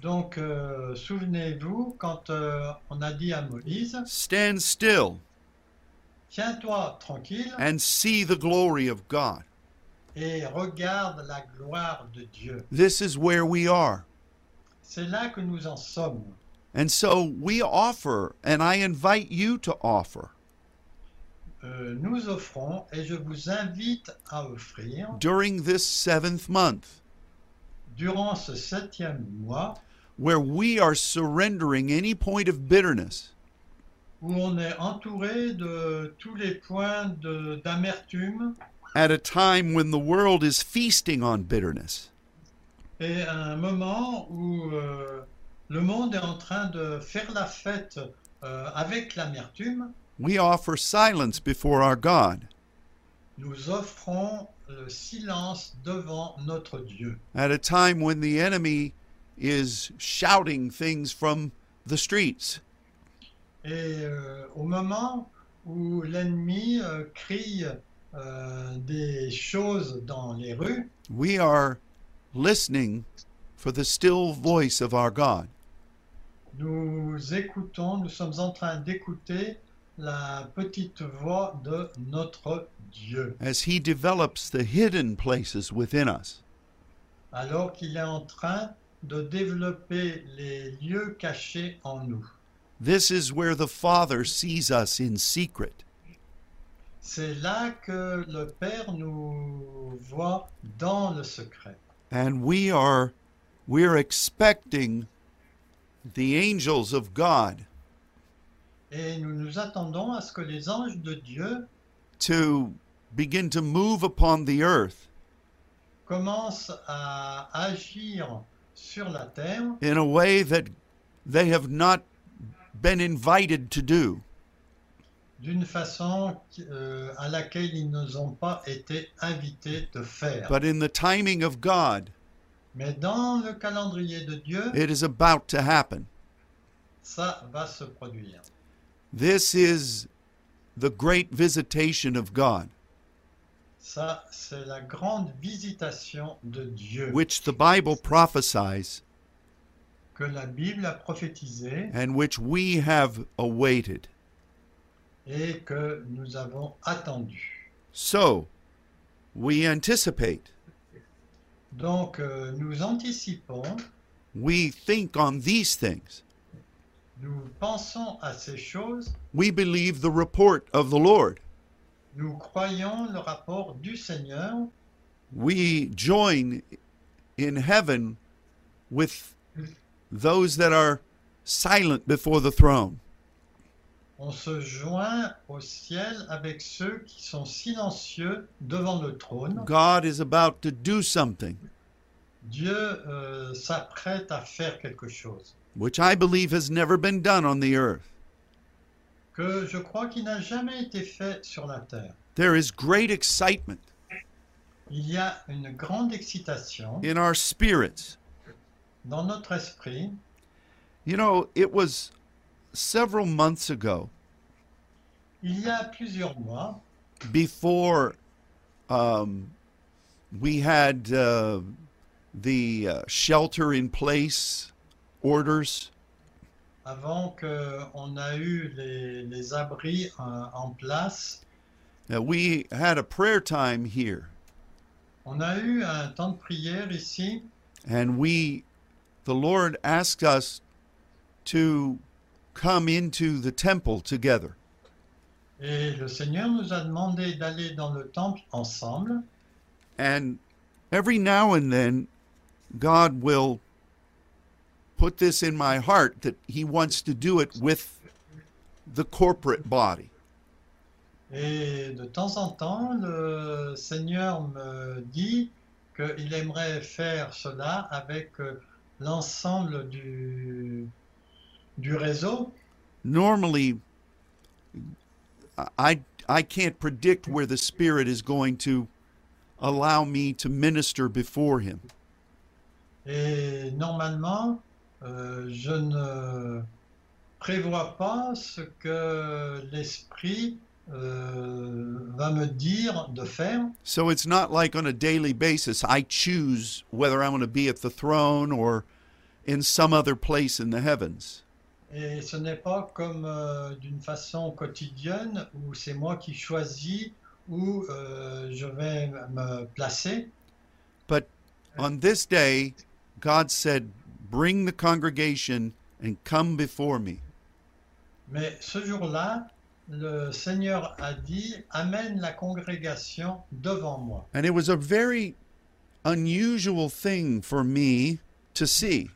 Donc, euh, souvenez-vous, quand euh, on a dit à Moïse, Stand still tiens-toi tranquille and see the glory of God. et regarde la gloire de Dieu. This is where we are. C'est là que nous en sommes. And so we offer, and I invite you to offer Euh, nous offrons et je vous invite à offrir during this seventh month durant ce septième mois where we are surrendering any point of bitterness, où on est entouré de tous les points de- d'amertume at a time when the world is feasting on bitterness. et à un moment où euh, le monde est en train de faire la fête euh, avec l'amertume, we offer silence before our God. nous offrons le silence devant notre Dieu. At a time when the enemy is shouting things from the streets, Et euh, au moment où l'ennemi euh, crie euh, des choses dans les rues, we are listening for the still voice of our God. nous écoutons, nous sommes en train d'écouter la petite voix de notre Dieu, as he develops the hidden places within us. alors qu'il est en train de développer les lieux cachés en nous. This is where the Father sees us in secret. C'est là que le Père nous voit dans le secret. And we are we're expecting the angels of God Et nous nous attendons à ce que les anges de Dieu to begin to move upon the earth commencent à agir sur la terre in a way that they have not been invited to do. d'une façon euh, à laquelle ils ne ont pas été invités de faire. But in the timing of God, Mais dans le calendrier de Dieu, it is about to happen. ça va se produire. This is the great visitation of God, Ça, c'est la grande visitation de Dieu which the Bible prophesies que la Bible a prophétisée and which we have awaited. et que nous avons attendue. So, we anticipate, Donc, euh, nous anticipons, we think on these things. nous pensons à ces choses, We believe the report of the Lord. nous croyons le rapport du Seigneur, We join in heaven with those that are silent before the throne. On se joint au ciel avec ceux qui sont silencieux devant le trône. God is about to do something, Dieu euh, s'apprête à faire quelque chose which I believe has never been done on the earth. que je crois qui n'a jamais été fait sur la terre. There is great excitement Il y a une grande excitation in our spirits. dans notre esprit. You know, it was several months ago Il y a plusieurs mois, before um, we had uh, the uh, shelter in place orders, avant qu'on a eu les, les abris euh, en place, uh, we had a prayer time here, on a eu un temps de prière ici and we, the Lord asked us to come into the temple together. et le Seigneur nous a demandé d'aller dans le temple ensemble. And every now and then, God will put this in my heart that He wants to do it with the corporate body. Et de temps en temps, le Seigneur me dit qu'il aimerait faire cela avec euh, l'ensemble du, du réseau. normally I I can't predict where the spirit is going to allow me to minister before him. Et normalement, euh, je ne prévois pas ce que l'Esprit euh, va me dire de faire. So it's not like on a daily basis I choose whether I want to be at the throne or in some other place in the heavens. Et ce n'est pas comme euh, d'une façon quotidienne où c'est moi qui choisis où euh, je vais me placer. But on this day God said, "Bring the congregation and come before me." Mais ce jour-là, le Seigneur a dit, amène la congrégation devant moi. And it was a very unusual thing for me to see.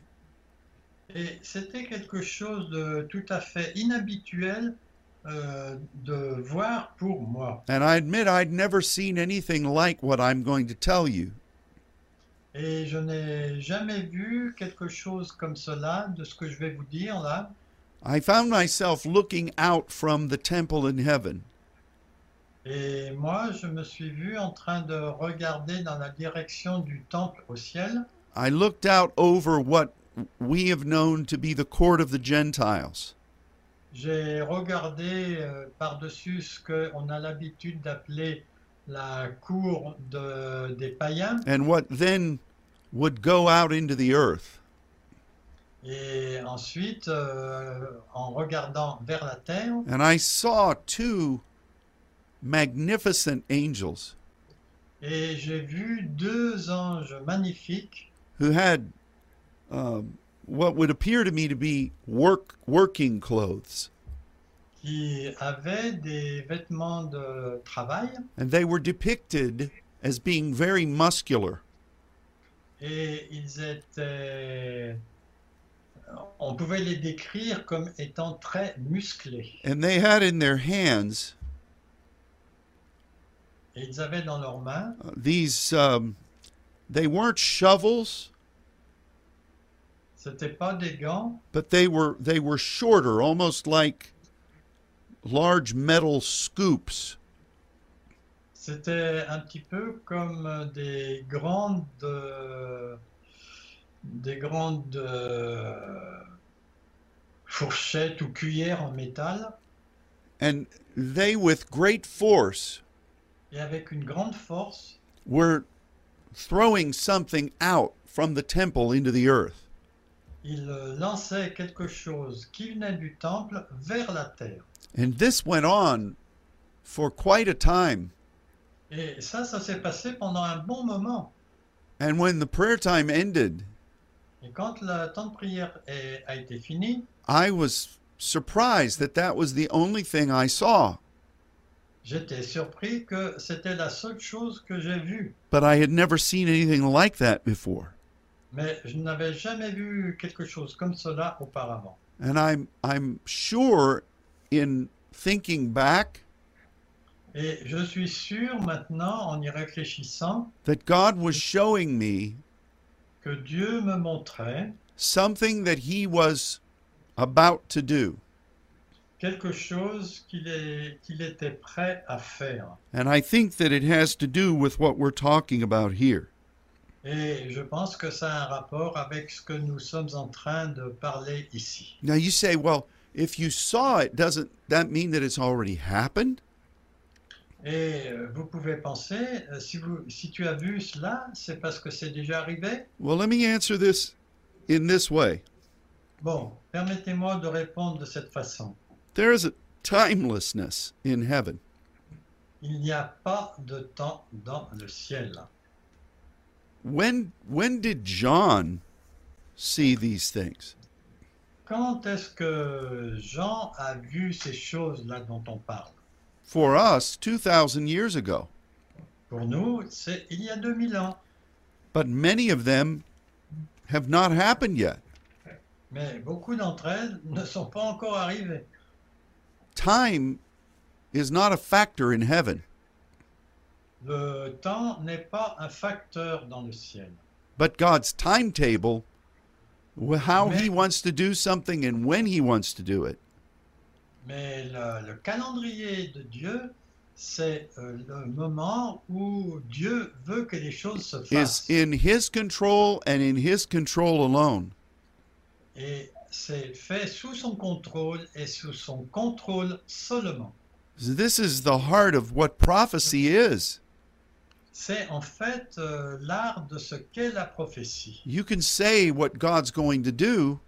Et c'était quelque chose de tout à fait inhabituel euh, de voir pour moi. And I admit I'd never seen anything like what I'm going to tell you. Et je n'ai jamais vu quelque chose comme cela de ce que je vais vous dire là. I found myself looking out from the temple in heaven. Et moi, je me suis vu en train de regarder dans la direction du temple au ciel. I looked out over what we have known to be the court of the Gentiles. J'ai regardé euh, par-dessus ce qu'on a l'habitude d'appeler la cour de- des païens and what then would go out into the earth. et ensuite, euh, en regardant vers la terre, And I saw two magnificent angels et j'ai vu deux anges magnifiques who had um, what would appear to me to be work working clothes, qui avaient des vêtements de travail and they were depicted as being very muscular. et ils étaient... On pouvait les décrire comme étant très musclés. And they had in their hands Et ils avaient dans leurs mains uh, these. Um, they weren't shovels, C'était pas des gants, but they were they were shorter, almost like large metal scoops. c'était un petit peu comme des grandes, euh, des grandes euh, fourchettes ou cuillères en métal, And they, with great force, et avec une grande force, were throwing something out from the temple into the earth. ils lançaient quelque chose qui venait du temple vers la terre. And this went on for quite a time. Et ça, ça s'est passé pendant un bon moment. And when the prayer time ended, Et quand la temps de prière est- a été finie, I was surprised that that was the only thing I saw. j'étais surpris que c'était la seule chose que j'ai vue. But I had never seen anything like that before. Mais je n'avais jamais vu quelque chose comme cela auparavant. And I'm, I'm sure in thinking back Et je suis sûr maintenant, en y réfléchissant, that God was showing me que Dieu me montrait something that He was about to do. quelque chose qu'il est- qu'il était prêt à faire. And I think that it has to do with what we're talking about here. Et je pense que ça a un rapport avec ce que nous sommes en train de parler ici. Now you say, well, if you saw it, doesn't that mean that it's already happened? Et euh, vous pouvez penser, euh, si, vous, si tu as vu cela, c'est parce que c'est déjà arrivé Well, let me answer this in this way Bon, permettez-moi de répondre de cette façon. there is a timelessness in heaven. Il n'y a pas de temps dans le ciel. When, when did John see these things? Quand est-ce que Jean a vu ces choses-là dont on parle For us, 2,000 years ago. Pour nous, c'est il y a 2000 ans. But many of them have not happened yet. Mais beaucoup d'entre elles ne sont pas encore arrivées. Time is not a factor in heaven. Le temps n'est pas un facteur dans le ciel. but God's timetable, wh- how He Amen. wants to do something and when He wants to do it. Mais le, le calendrier de Dieu, c'est euh, le moment où Dieu veut que les choses se Is fassent. in His control and in His control alone. Et c'est fait sous son contrôle et sous son contrôle seulement. So this is the heart of what prophecy is. C'est en fait euh, l'art de ce qu'est la prophétie. You can say what God's going to do,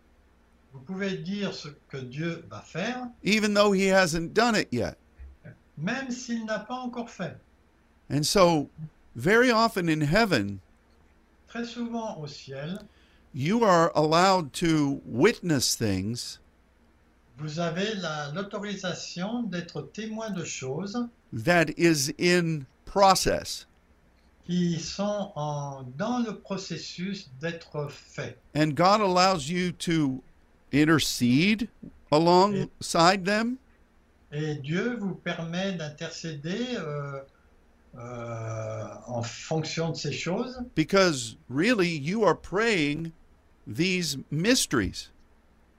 Vous pouvez dire ce que Dieu va faire, even though He hasn't done it yet. même s'il n'a pas encore fait. And so, very often in heaven, Très souvent au ciel, you are allowed to witness things vous avez la- l'autorisation d'être témoin de choses that is in process. qui sont en- dans le processus d'être fait. and God allows you to intercede alongside them, Et Dieu vous permet d'intercéder euh, euh, en fonction de ces choses, because really you are praying these mysteries.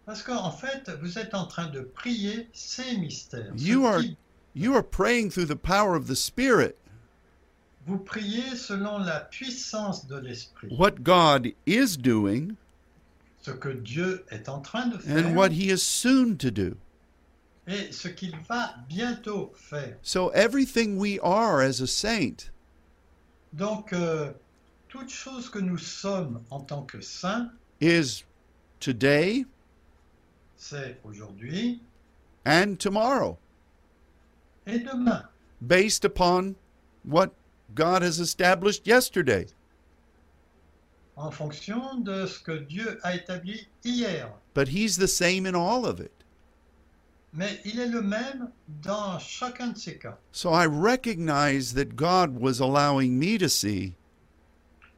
Parce qu'en fait, vous êtes en train de prier ces mystères. Ce You are- qui- You are praying through the power of the Spirit Vous priez selon la puissance de l'Esprit, what God is doing ce que Dieu est en train de faire and what He is soon to do. et ce qu'il va bientôt faire. So everything we are as a saint Donc, euh, toute chose que nous sommes en tant que saints, is today c'est aujourd'hui and tomorrow et demain, based upon what God has established yesterday. en fonction de ce que Dieu a établi hier. But He's the same in all of it. Mais il est le même dans chacun de ces cas. So I recognize that God was allowing me to see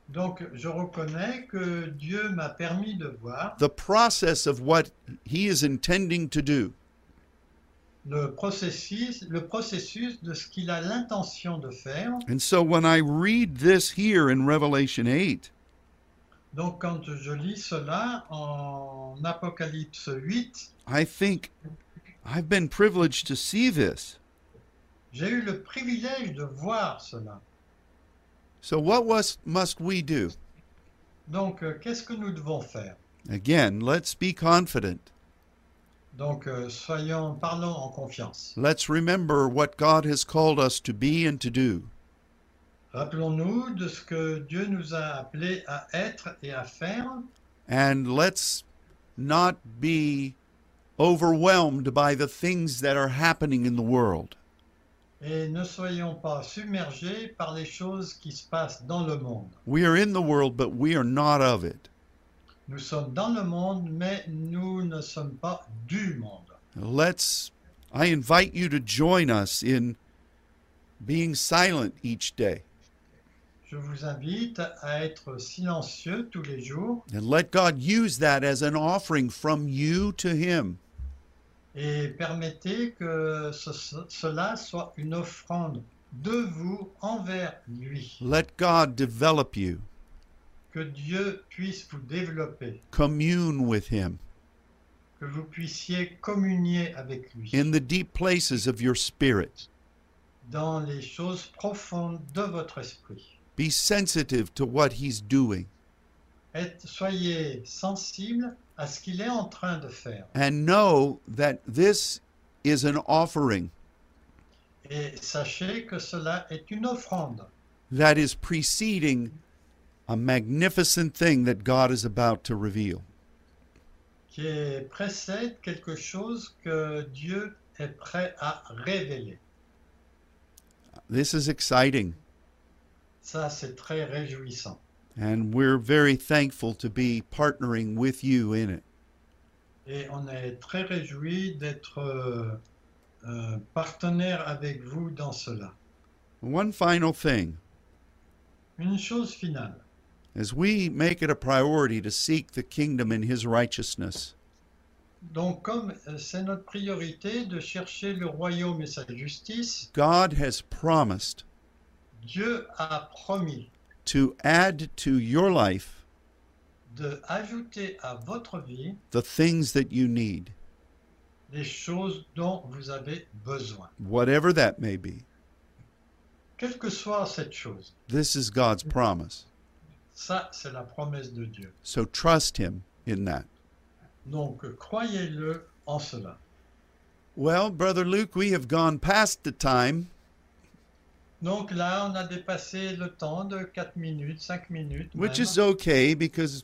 Donc, je reconnais que Dieu m'a permis de voir the process of what He is intending to do. le processus, le processus de ce qu'il a l'intention de faire. And so when I read this here in Revelation 8, Donc, quand je lis cela en Apocalypse 8, I think I've been privileged to see this. j'ai eu le privilège de voir cela. So what was, must we do? Donc, euh, qu'est-ce que nous devons faire Again, let's be confident. Donc, euh, soyons, parlons en confiance. Let's remember what God has called us to be and to do. Rappelons-nous de ce que Dieu nous a appelés à être et à faire, And let's not be overwhelmed by the things that are happening in the world. et ne soyons pas submergés par les choses qui se passent dans le monde. We are in the world, but we are not of it. Nous sommes dans le monde, mais nous ne sommes pas du monde. Let's, I invite you to join us in being silent each day Je vous invite à être silencieux tous les jours and let God use that as an offering from you to Him. et permettez que ce- ce- cela soit une offrande de vous envers lui. Let God develop you, Que Dieu puisse vous développer, commune with Him que vous puissiez communier avec lui in the deep places of your spirit. dans les choses profondes de votre esprit. Be sensitive to what He's doing Êtes- soyez sensible à ce qu'il est en train de faire and know that this is an offering et sachez que cela est une offrande. that is preceding a magnificent thing that God is about to reveal. qui est- précède quelque chose que Dieu est prêt à révéler. This is exciting. Ça, c'est très réjouissant. And we're very thankful to be partnering with you in it. Et on est très réjouis d'être euh, euh, partenaire avec vous dans cela. One final thing Une chose finale, as we make it a priority to seek the kingdom and his righteousness, donc comme euh, c'est notre priorité de chercher le royaume et sa justice, God has promised Dieu a promis to add to your life de ajouter à votre vie the things that you need, les choses dont vous avez besoin. whatever that may be. Quelle que soit cette chose, This is God's promise. ça, c'est la promesse de Dieu. So trust him in that. Donc croyez-le en cela. Well, Brother Luke, we have gone past the time. Donc là, on a dépassé le temps de 4 minutes, 5 minutes. Which même. is okay because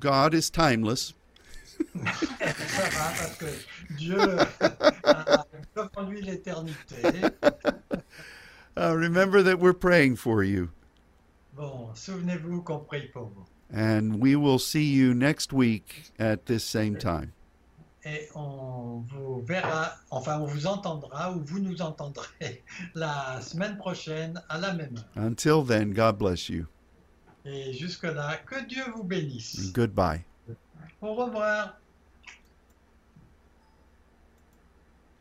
God is timeless. Ça va, parce que (laughs) Dieu a devant lui l'éternité. Uh, remember that we're praying for you. Bon, souvenez-vous qu'on prie pour vous. And we will see you next week at this same time. Et on vous verra, enfin on vous entendra ou vous nous entendrez (laughs) la semaine prochaine à la même heure. Until then, God bless you. Et jusque-là, que Dieu vous bénisse. Goodbye. Au revoir.